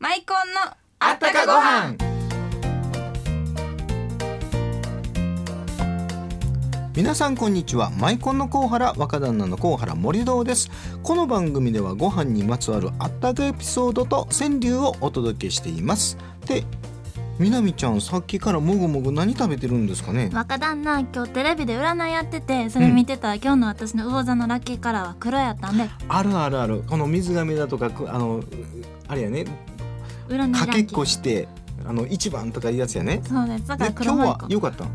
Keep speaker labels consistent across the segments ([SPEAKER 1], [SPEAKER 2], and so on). [SPEAKER 1] 大根の
[SPEAKER 2] あったかご飯
[SPEAKER 3] 皆さんこんにちはマイコンのコウハラ若旦那のコウハラ森堂ですこの番組ではご飯にまつわるあったかエピソードと川柳をお届けしていますでみなみちゃんさっきからもぐもぐ何食べてるんですかね
[SPEAKER 1] 若旦那今日テレビで占いやっててそれ見てたら、今日の私の魚座のラッキーカラーは黒やったんで
[SPEAKER 3] あるあるあるこの水亀だとかくあのあれやね
[SPEAKER 1] 占いラ
[SPEAKER 3] か
[SPEAKER 1] ッ
[SPEAKER 3] け
[SPEAKER 1] キ
[SPEAKER 3] っこ
[SPEAKER 1] ー
[SPEAKER 3] してあの一番とかいうやつやね
[SPEAKER 1] そうですだか
[SPEAKER 3] で
[SPEAKER 1] ら黒
[SPEAKER 3] 今日
[SPEAKER 1] マイ
[SPEAKER 3] は
[SPEAKER 1] コン
[SPEAKER 3] 良かったん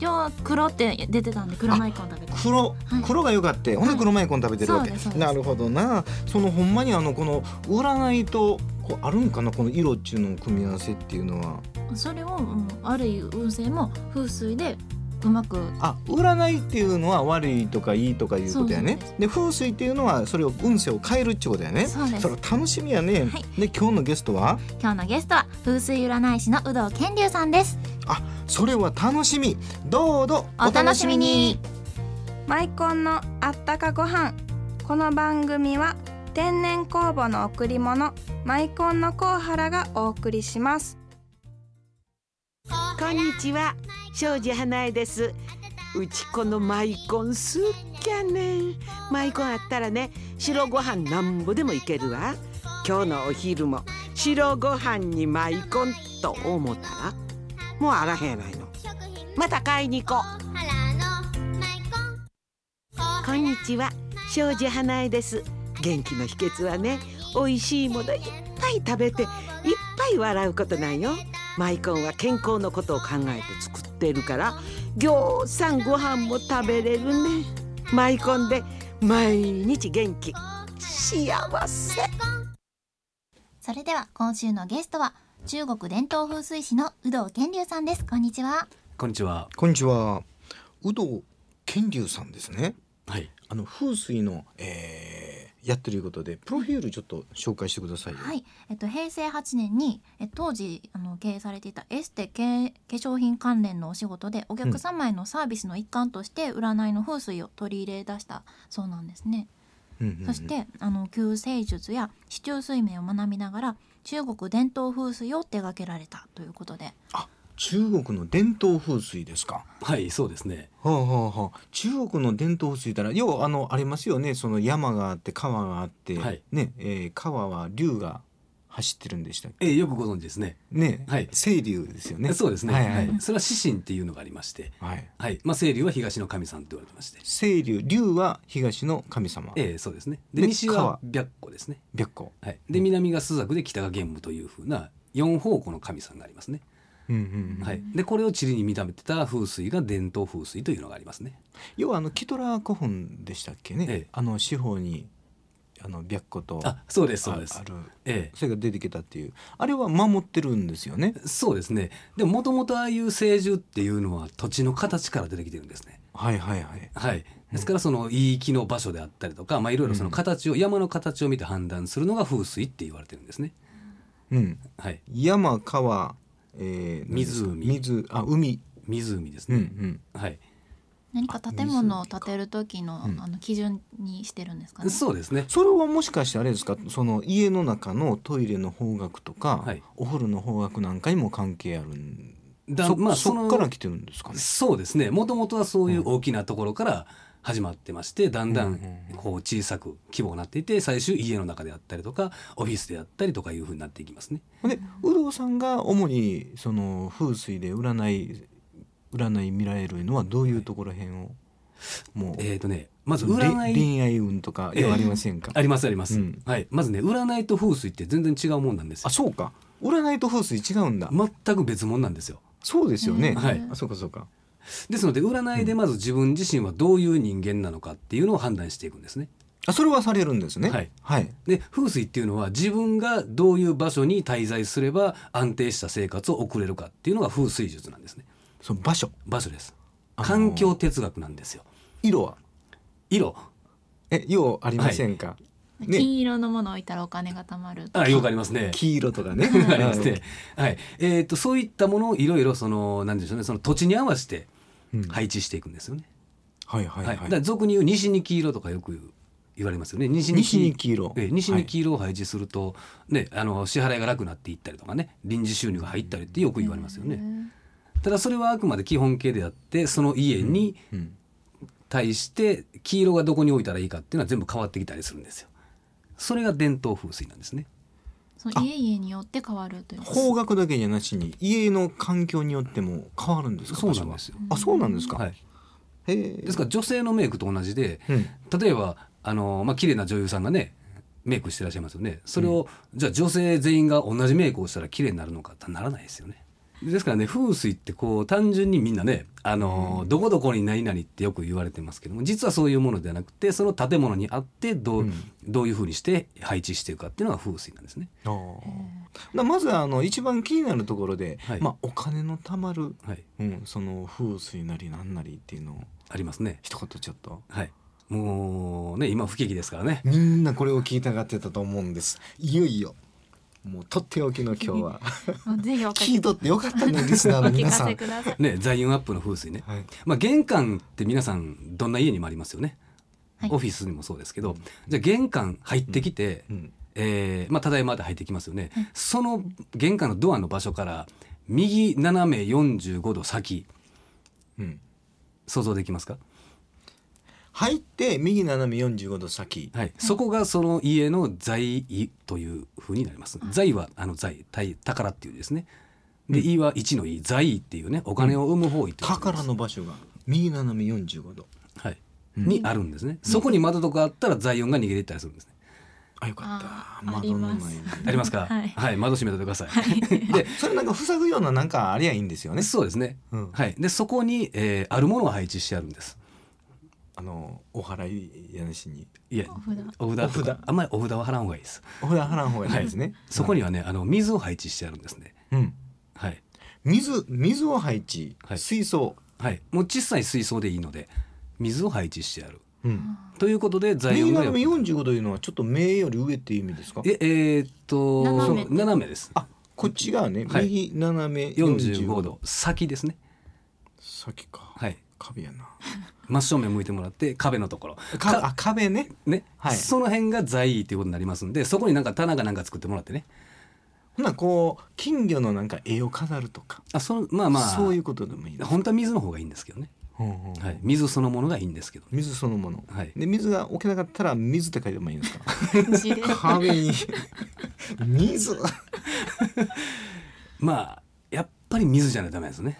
[SPEAKER 1] 今日黒って出てたんで黒マイコン食べた
[SPEAKER 3] 黒、
[SPEAKER 1] はい
[SPEAKER 3] 黒が良かってほんで黒マイコン食べてるわけ、
[SPEAKER 1] そうですそうです
[SPEAKER 3] なるほどなそのほんまにあのこの占いとこうあるんかなこの色っていうのの組み合わせっていうのは
[SPEAKER 1] それを、うん、悪い運勢も風水でうまく
[SPEAKER 3] あ占いっていうのは悪いとかいいとかいうことやね
[SPEAKER 1] そうなんです
[SPEAKER 3] で風水っていうのはそれを運勢を変えるっちゅうことやね
[SPEAKER 1] そうです
[SPEAKER 3] れ楽しみやね、
[SPEAKER 1] はい
[SPEAKER 3] で今日のゲストは
[SPEAKER 1] 今日のゲストは風水占い師の有働健龍さんです
[SPEAKER 3] あそれは楽しみどうぞ
[SPEAKER 1] お楽しみに
[SPEAKER 4] マイコンのあったかご飯この番組は天然酵母の贈り物マイコンのコウハラがお送りします
[SPEAKER 5] こんにちは庄司花江ですうちこのマイコンすっきゃねマイコンあったらね白ご飯なんぼでもいけるわ今日のお昼も白ご飯にマイコンと思ったらもうあらへんやないのまた買いに行こうこんにちは庄司花江です元気の秘訣はね美味しいものいっぱい食べていっぱい笑うことなんよマイコンは健康のことを考えて作っているからぎょうさんご飯も食べれるねマイコンで毎日元気幸せ
[SPEAKER 1] それでは今週のゲストは中国伝統風水師の有働健龍さんですこんにちは
[SPEAKER 6] こんにちは。
[SPEAKER 3] こんにちは有働健龍さんですね
[SPEAKER 6] はい。
[SPEAKER 3] あの風水の、えーやってるいうことでプロフィールちょっと紹介してくださいよ。
[SPEAKER 1] はい、えっと、平成8年にえ当時あの経営されていたエステ系化粧品関連のお仕事でお客様へのサービスの一環として占いの風水を取り入れ出したそうなんですね。
[SPEAKER 3] うんうんうん
[SPEAKER 1] そしてあの救世術や市中水明を学びながら中国伝統風水を手掛けられたということで
[SPEAKER 3] 中国の伝統風水ですか。
[SPEAKER 6] はい、そうですね。
[SPEAKER 3] はあ、はあはあ、中国の伝統風水たら要はあのありますよねその山があって川があって、
[SPEAKER 6] はい
[SPEAKER 3] ねえー川は龍が走ってるんでしたっけ
[SPEAKER 6] えーよくご存知ですね。
[SPEAKER 3] ね、
[SPEAKER 6] はい
[SPEAKER 3] 清流ですよね。
[SPEAKER 6] そうですね。
[SPEAKER 3] は
[SPEAKER 6] はいい、
[SPEAKER 3] はい、
[SPEAKER 6] それは指針っていうのがありまして。
[SPEAKER 3] はい、
[SPEAKER 6] はい。まあ、清流は東の神さんと言われてまして。
[SPEAKER 3] 清流龍は東の神様
[SPEAKER 6] えーそうですね。で、
[SPEAKER 3] で
[SPEAKER 6] 西
[SPEAKER 3] 川
[SPEAKER 6] は白虎ですね。
[SPEAKER 3] 白虎。
[SPEAKER 6] はい。で、南が朱雀で北が玄武というふうな四方向の神さんがありますね。
[SPEAKER 3] うんうんうん
[SPEAKER 6] はい。で、これを地理に見ためてた風水が伝統風水というのがありますね。
[SPEAKER 3] 要はあのキトラ古墳でしたっけね、
[SPEAKER 6] ええ
[SPEAKER 3] あの四方にあの白虎と
[SPEAKER 6] あ、そうです、そうです
[SPEAKER 3] ああ。る
[SPEAKER 6] え
[SPEAKER 3] それが出てきたっていうあれは守ってるんですよね
[SPEAKER 6] ーそうですね。でも、もともとああいう清流っていうのは土地の形から出てきてるんですね。
[SPEAKER 3] はいはいはい
[SPEAKER 6] はい、ですからそのいい木の場所であったりとか、まあ、いろいろその形を、山の形を見て判断するのが風水って言われてるんですね。
[SPEAKER 3] うん
[SPEAKER 6] はい、
[SPEAKER 3] 山川、えー、何ですか
[SPEAKER 6] 湖
[SPEAKER 3] 水あ海
[SPEAKER 6] 湖です
[SPEAKER 3] うんう
[SPEAKER 6] ね、
[SPEAKER 3] ん
[SPEAKER 6] はい、
[SPEAKER 1] 何か建物を建てる時の,、
[SPEAKER 3] うん
[SPEAKER 1] あの基準にしてるんですかね。
[SPEAKER 6] そうですね。
[SPEAKER 3] それはもしかしてあれですかその家の中のトイレの方角とか、
[SPEAKER 6] はい
[SPEAKER 3] お風呂の方角なんかにも関係あるん
[SPEAKER 6] だ
[SPEAKER 3] そ,、
[SPEAKER 6] まあ
[SPEAKER 3] そ
[SPEAKER 6] の
[SPEAKER 3] っから来てるんですかね
[SPEAKER 6] そうですね。もともとはそういう大きなところから始まってまして、だんだ
[SPEAKER 3] うん
[SPEAKER 6] んこう小さく規模になっていて、最終家の中であったりとか、オフィスであったりとかいうふうになっていきますね。
[SPEAKER 3] で有働さんが主にその風水で占い占い見られるのはどういうところへんをもう、
[SPEAKER 6] えー、とね、まず
[SPEAKER 3] れ
[SPEAKER 6] 占い
[SPEAKER 3] 恋愛運とか
[SPEAKER 6] ええ
[SPEAKER 3] ようありませんか、
[SPEAKER 6] ありますあります、
[SPEAKER 3] うん
[SPEAKER 6] はい。まずね、占いと風水って全然違うもんなんです
[SPEAKER 3] あ
[SPEAKER 6] よ。
[SPEAKER 3] そうか占いと風水違うんだ、
[SPEAKER 6] 全く別物なんですよ。
[SPEAKER 3] そうですよね、
[SPEAKER 6] はい
[SPEAKER 3] あそうかそうか
[SPEAKER 6] ですので占いでまず自分自身はどういう人間なのかっていうのを判断していくんですね。
[SPEAKER 3] あそれはされるんですね
[SPEAKER 6] はい、
[SPEAKER 3] はい、
[SPEAKER 6] で風水っていうのは自分がどういう場所に滞在すれば安定した生活を送れるかっていうのが風水術なんですね。
[SPEAKER 3] その場所
[SPEAKER 6] 場所です。
[SPEAKER 3] あのー
[SPEAKER 6] 環境哲学なんですよ。
[SPEAKER 3] 色は
[SPEAKER 6] 色
[SPEAKER 3] えようありませんか、ね
[SPEAKER 1] 金色のものを置いたらお金が貯まるとか
[SPEAKER 6] あよくありますね。
[SPEAKER 3] 黄色とかね
[SPEAKER 6] あり ますね。はい。えっ、とそういったものをいろいろそのなんでしょうねその土地に合わせて
[SPEAKER 3] うん
[SPEAKER 6] 配置していくんですよね。
[SPEAKER 3] はいはいは
[SPEAKER 6] はいい。だから俗に言う西に黄色とかよく言われますよね西に
[SPEAKER 3] 西に黄色
[SPEAKER 6] ええ西に黄色を配置すると、ね、あの支払いが楽になっていったりとかね臨時収入が入ったりってよく言われますよね。ただそれはあくまで基本形であってその家に
[SPEAKER 3] うんうん
[SPEAKER 6] 対して黄色がどこに置いたらいいかっていうのは全部変わってきたりするんですよ。それが伝統風水なんですね。
[SPEAKER 1] その家々によって変わるという。
[SPEAKER 3] 方角だけじゃなしに家の環境によっても変わるんですか
[SPEAKER 6] そうなんですよ
[SPEAKER 3] 場所はあそうなんですか、
[SPEAKER 6] はい、
[SPEAKER 3] へえ
[SPEAKER 6] ですから女性のメイクと同じで
[SPEAKER 3] うん
[SPEAKER 6] 例えばあの、まあ綺麗な女優さんがねメイクしてらっしゃいますよねそれを、じゃあ女性全員が同じメイクをしたら綺麗になるのかってならないですよね。ですからね風水ってこう単純にみんなねあの、どこどこに何々ってよく言われてますけども実はそういうものではなくてその建物にあってどう,、
[SPEAKER 3] うん
[SPEAKER 6] どういうふうにして配置していくかっていうのが風水なんですね。
[SPEAKER 3] あーだまずあの一番気になるところで、
[SPEAKER 6] はい
[SPEAKER 3] まあ、お金のたまる、
[SPEAKER 6] はい、
[SPEAKER 3] うん、その風水なりなんなりっていうのを
[SPEAKER 6] ありますね。
[SPEAKER 3] 一言ちょっと
[SPEAKER 6] はい、もうね今不景気ですからね。
[SPEAKER 3] みんなこれを聞いたがってたと思うんですいよいよもうとっておきの今日は
[SPEAKER 1] ぜひおかけ
[SPEAKER 3] 聞いとってよかったねリスナーの皆さ
[SPEAKER 1] お
[SPEAKER 3] ん
[SPEAKER 1] 聞かせください。
[SPEAKER 6] ね財運アップの風水ね。
[SPEAKER 3] はい、
[SPEAKER 6] まあ、玄関って皆さんどんな家にもありますよね、
[SPEAKER 1] はい
[SPEAKER 6] オフィスにもそうですけどじゃあ玄関入ってきて、
[SPEAKER 3] うん、
[SPEAKER 6] えーまあ、ただいまで入ってきますよね、その玄関のドアの場所から右斜め45度先
[SPEAKER 3] うん、
[SPEAKER 6] 想像できますか、
[SPEAKER 3] 入って右斜め45度先
[SPEAKER 6] はい、そこがその家の財位というふうになります財はあの財財宝っていうですねで、位は一の位財位っていうねお金を生む方位ということです
[SPEAKER 3] 宝の場所が右斜め45度
[SPEAKER 6] はい、にあるんですね、そこに窓とかあったら財運が逃げていったりするんですね
[SPEAKER 3] あよか
[SPEAKER 1] あ
[SPEAKER 3] っ
[SPEAKER 1] ー
[SPEAKER 3] た
[SPEAKER 1] あります
[SPEAKER 3] 窓の前に
[SPEAKER 6] ありますか。
[SPEAKER 1] はい
[SPEAKER 6] 窓閉めてください。
[SPEAKER 3] でそれなんか塞ぐようななんかありゃいいんですよね
[SPEAKER 6] で、そうですね。
[SPEAKER 3] うん
[SPEAKER 6] はい、で、そこに、えーあるものを配置してあるんです。
[SPEAKER 3] あのお祓いやなしに
[SPEAKER 6] いや、お札とか。
[SPEAKER 3] お札
[SPEAKER 6] あんまりお札は払わん方がいいです。
[SPEAKER 3] お札払う方がいいですね、
[SPEAKER 6] そこにはね、あの水を配置してあるんですね。
[SPEAKER 3] うん
[SPEAKER 6] はい。
[SPEAKER 3] 水水を配置、
[SPEAKER 6] はい
[SPEAKER 3] 水槽、
[SPEAKER 6] はい、もう小さい水槽でいいので、水を配置してある。
[SPEAKER 3] うん、
[SPEAKER 6] ということで、財
[SPEAKER 3] 右
[SPEAKER 6] 運が
[SPEAKER 3] 斜め45度いうのはちょっと目より上っていう意味ですか
[SPEAKER 6] え、えーっと、
[SPEAKER 1] 斜め
[SPEAKER 6] そう斜めです。
[SPEAKER 3] あこっちがね、
[SPEAKER 6] はい
[SPEAKER 3] 右斜め
[SPEAKER 6] 45
[SPEAKER 3] 45
[SPEAKER 6] 度先ですね。
[SPEAKER 3] 先か、
[SPEAKER 6] はい。
[SPEAKER 3] 壁 やな
[SPEAKER 6] 真正面向いてもらって壁のところ。
[SPEAKER 3] かあ壁ね
[SPEAKER 6] ね、
[SPEAKER 3] はい
[SPEAKER 6] その辺が財位ということになりますんで、そこになんか棚がなんか作ってもらってね。
[SPEAKER 3] ほなこう金魚のなんか絵を飾るとか、
[SPEAKER 6] あ、そのまあまあ。
[SPEAKER 3] そういうことでもいいです、
[SPEAKER 6] 本当は水の方がいいんですけどね、
[SPEAKER 3] うんうん
[SPEAKER 6] はい、水そのものがいいんですけどね
[SPEAKER 3] 水そのもの、
[SPEAKER 6] はい
[SPEAKER 3] で水が置けなかったら水って書いてもいいんですか
[SPEAKER 1] 事例
[SPEAKER 3] 壁 に水
[SPEAKER 6] まあやっぱり水じゃないとダメなんですよね、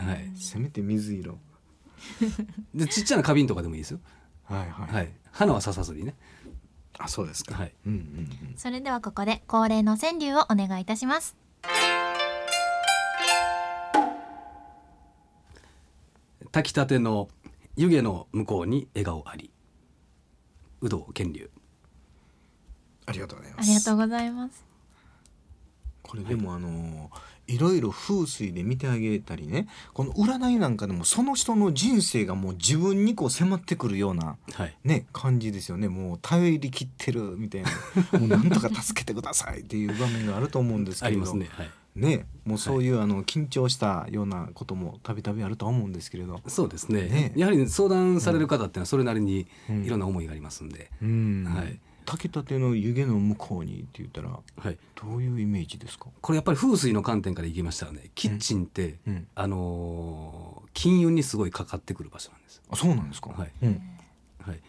[SPEAKER 3] うん
[SPEAKER 6] はい、
[SPEAKER 3] せめて水色
[SPEAKER 6] でちっちゃな花瓶とかでもいいですよ、
[SPEAKER 3] はいはい、
[SPEAKER 6] はい、花は刺さずにね、
[SPEAKER 3] あそうですか、
[SPEAKER 6] はい、
[SPEAKER 3] うんうんうん
[SPEAKER 1] それではここで恒例の川柳をお願いいたします。
[SPEAKER 6] 炊きたての湯気の向こうに笑顔あり有働健流
[SPEAKER 3] ありがとうございま
[SPEAKER 1] あ
[SPEAKER 3] す
[SPEAKER 1] りがとうございます。
[SPEAKER 3] これでもあのーいろいろ風水で見てあげたりねこの占いなんかでもその人の人生がもう自分にこう迫ってくるような
[SPEAKER 6] はい
[SPEAKER 3] ね感じですよねもう頼りきってるみ たいなもうなんとか助けてくださいっていう場面があると思うんです
[SPEAKER 6] あ
[SPEAKER 3] けれ
[SPEAKER 6] り
[SPEAKER 3] ど
[SPEAKER 6] ますねはい
[SPEAKER 3] ねもうそういう、あの緊張したようなこともたびたびあるとは思うんですけれど
[SPEAKER 6] そうですね
[SPEAKER 3] ね
[SPEAKER 6] やはり相談される方っていうのはそれなりに
[SPEAKER 3] うん
[SPEAKER 6] いろんな思いがありますんで、
[SPEAKER 3] うん、
[SPEAKER 6] はい
[SPEAKER 3] 炊きたての湯気の向こうにって言ったら
[SPEAKER 6] はい、
[SPEAKER 3] どういうイメージですか、
[SPEAKER 6] これやっぱり風水の観点からいきましたらねキッチンって、
[SPEAKER 3] うん、
[SPEAKER 6] あのー金運にすごいかかってくる場所なんです
[SPEAKER 3] あそうなんですか、
[SPEAKER 6] はい
[SPEAKER 3] うん
[SPEAKER 6] はい、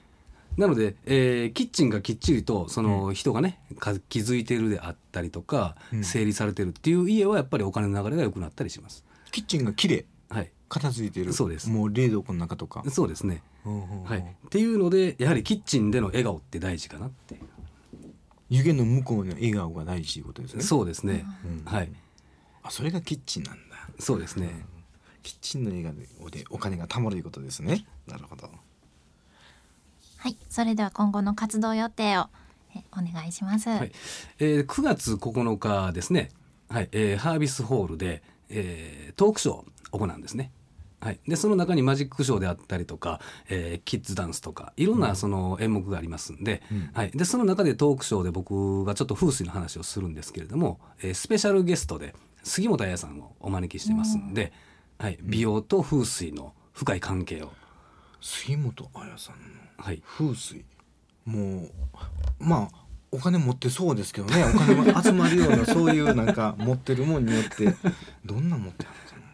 [SPEAKER 6] なので、えーキッチンがきっちりとその人がね、か気づいてるであったりとか、
[SPEAKER 3] うん
[SPEAKER 6] 整理されてるっていう家はやっぱりお金の流れが良くなったりします。
[SPEAKER 3] キッチンが綺麗
[SPEAKER 6] はい、
[SPEAKER 3] 片付いてる
[SPEAKER 6] そうです
[SPEAKER 3] もう冷蔵庫の中とか、
[SPEAKER 6] そうですね、は、
[SPEAKER 3] はい
[SPEAKER 6] っていうのでやはりキッチンでの笑顔って大事かなっていう、
[SPEAKER 3] 湯気の向こうの笑顔が大事ということですね
[SPEAKER 6] そうですね、
[SPEAKER 3] うん
[SPEAKER 6] はい
[SPEAKER 3] あそれがキッチンなんだ
[SPEAKER 6] そうですね、
[SPEAKER 3] キッチンの笑顔でお金が貯まるということですねなるほど
[SPEAKER 1] はい、それでは今後の活動予定をえお願いします。
[SPEAKER 6] はいえー9月9日ですね、はいえーハービスホールで、えートークショーを行うんですね。はい、でその中にマジックショーであったりとか、えーキッズダンスとかいろんなその演目がありますんで,、
[SPEAKER 3] うん
[SPEAKER 6] はい、でその中でトークショーで僕がちょっと風水の話をするんですけれども、えースペシャルゲストで杉本彩さんをお招きしてますんで、はい、美容と風水の深い関係を、
[SPEAKER 3] 杉本彩さんの
[SPEAKER 6] はい、
[SPEAKER 3] 風水もうまあお金持ってそうですけどねお金も集まるようなそういうなんか持ってるもんによってどんなん持ってるのかな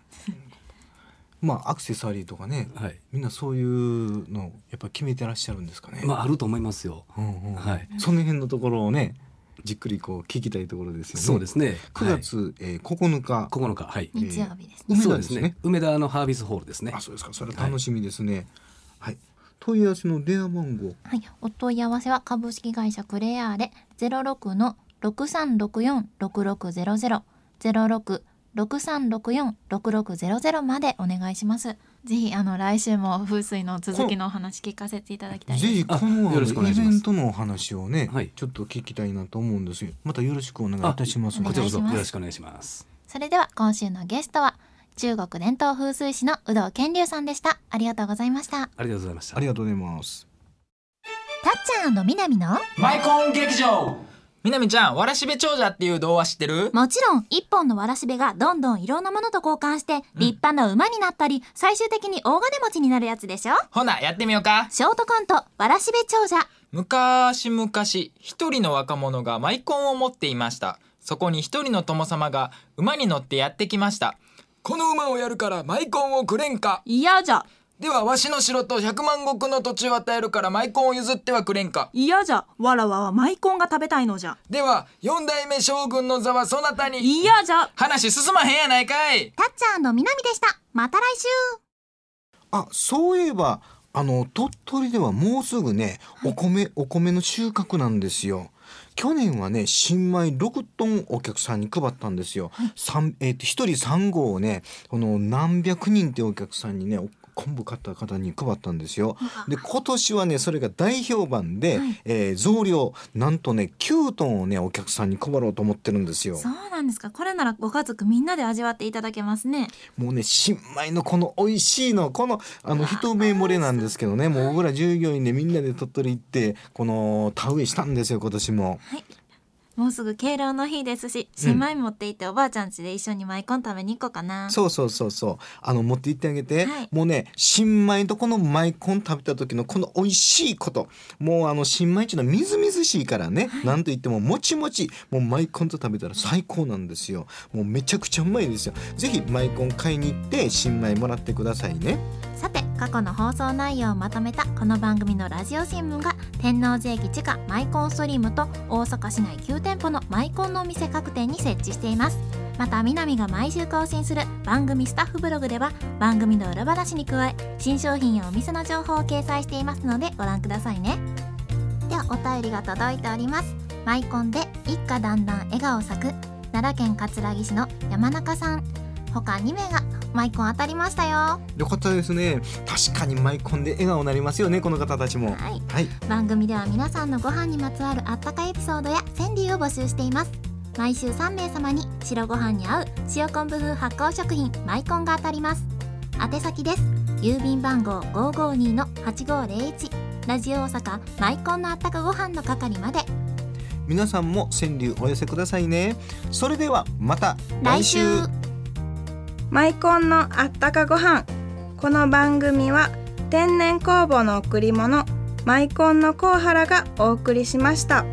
[SPEAKER 3] まあアクセサリーとかね
[SPEAKER 6] はい。
[SPEAKER 3] みんなそういうのやっぱ決めてらっしゃるんですかね、
[SPEAKER 6] まああると思いますよ。
[SPEAKER 3] うんうん
[SPEAKER 6] はい。
[SPEAKER 3] その辺のところをねじっくりこう聞きたいところですよね
[SPEAKER 6] そうですね。
[SPEAKER 3] 9
[SPEAKER 6] はい
[SPEAKER 3] 月、えー9日
[SPEAKER 6] 9日はい。
[SPEAKER 3] えー
[SPEAKER 1] 日曜日です
[SPEAKER 3] 梅
[SPEAKER 1] ね。
[SPEAKER 6] そ
[SPEAKER 3] 田で
[SPEAKER 6] うですす
[SPEAKER 3] ね
[SPEAKER 6] ね。梅田のハービスホールですね。
[SPEAKER 3] あそうですかそれは楽しみですねはい、問い合わせの電話番号
[SPEAKER 1] はい、お問い合わせは株式会社クレアーレゼロ六の六三六四六六ゼロゼロゼロ六六三六四六六ゼロゼロまでお願いします。ぜひあの来週も風水の続きのお話聞かせていただきたい
[SPEAKER 3] ぜ
[SPEAKER 1] です。
[SPEAKER 3] ひこの
[SPEAKER 6] あよろしくお願
[SPEAKER 3] イ
[SPEAKER 6] いし
[SPEAKER 3] ベ
[SPEAKER 6] ます
[SPEAKER 3] ントのお話をね、
[SPEAKER 6] はい
[SPEAKER 3] ちょっと聞きたいなと思うんですよまたよろしくお願いいたします
[SPEAKER 1] あ
[SPEAKER 6] こ
[SPEAKER 1] お
[SPEAKER 6] ちら
[SPEAKER 1] 願
[SPEAKER 6] こ
[SPEAKER 1] いし
[SPEAKER 6] そ
[SPEAKER 1] ます
[SPEAKER 6] よろしくお願いします。
[SPEAKER 1] それでは今週のゲストは中国伝統風水師の有働健龍さんでした。ありがとうございました。
[SPEAKER 6] ありがとうございました
[SPEAKER 3] あり。がとうございます
[SPEAKER 1] たっちゃん南の
[SPEAKER 2] マイコン劇場みなみちゃん、わらしべ長者っていう童話知ってる
[SPEAKER 1] もちろん一本のわらしべがどんどんいろんなものと交換して立派な馬になったり、最終的に大金持ちになるやつでしょ
[SPEAKER 2] ほな、やってみようか。
[SPEAKER 1] ショートコントわらしべ長者
[SPEAKER 2] 昔々、一人の若者がマイコンを持っていました。そこに一人の殿様が馬に乗ってやってきました。この馬をやるからマイコンをくれんか。
[SPEAKER 1] 嫌じゃ
[SPEAKER 2] では、わしの城と百万石の土地を与えるからマイコンを譲ってはくれんか。
[SPEAKER 7] 嫌じゃわらわはマイコンが食べたいのじゃ
[SPEAKER 2] では、四代目将軍の座はそなたに。
[SPEAKER 7] 嫌じゃ
[SPEAKER 2] 話進まへんやないかい。
[SPEAKER 1] たっちゃんの南でしたまた来週
[SPEAKER 3] あそういえばあの鳥取ではもうすぐねお米お米の収穫なんですよ去年はね新米6トンお客さんに配ったんですよ、三えー、と1人3合をねこの何百人ってお客さんにねお昆布買った方に配ったんですよで今年はねそれが大評判で、えー増量なんとね9トンをねお客さんに配ろうと思ってるんですよ
[SPEAKER 1] そうなんですかこれならご家族みんなで味わっていただけますね
[SPEAKER 3] もうね新米のこの美味しいのこのあの一目惚れなんですけどねもう僕ら従業員でみんなで鳥取行ってこの田植えしたんですよ今年も
[SPEAKER 1] もうすぐ敬老の日ですし新米持って行っておばあちゃん家で一緒にマイコン食べに行こうかな、
[SPEAKER 3] そうそうそうそうあの持って行ってあげて、
[SPEAKER 1] はい
[SPEAKER 3] もうね新米とこのマイコン食べた時のこの美味しいこともうあの新米っていうのはみずみずしいからね、なんといってももちもちもうマイコンと食べたら最高なんですよもうめちゃくちゃうまいですよぜひマイコン買いに行って新米もらってくださいね
[SPEAKER 1] さて過去の放送内容をまとめたこの番組のラジオ新聞が天王寺駅地下マイコンストリームと大阪市内9店舗のマイコンのお店各店に設置していますまた南が毎週更新する番組スタッフブログでは番組の裏話に加え新商品やお店の情報を掲載していますのでご覧くださいねではお便りが届いておりますマイコンで一家団らん笑顔咲く奈良県葛城市の山中さん他2名がマイコン当たりましたよ
[SPEAKER 3] よかったですね確かにマイコンで笑顔になりますよねこの方たちも
[SPEAKER 1] はい
[SPEAKER 3] はい、
[SPEAKER 1] 番組では皆さんのご飯にまつわるあったかエピソードや川柳を募集しています毎週3名様に白ご飯に合う塩昆布風発酵食品マイコンが当たります宛先です郵便番号552-8501ラジオ大阪マイコンのあったかご飯の係まで
[SPEAKER 3] 皆さんも川柳お寄せくださいねそれではまた
[SPEAKER 1] 来週
[SPEAKER 4] マイコンのあったかご飯この番組は天然酵母の贈り物マイコンのコウハラがお送りしました。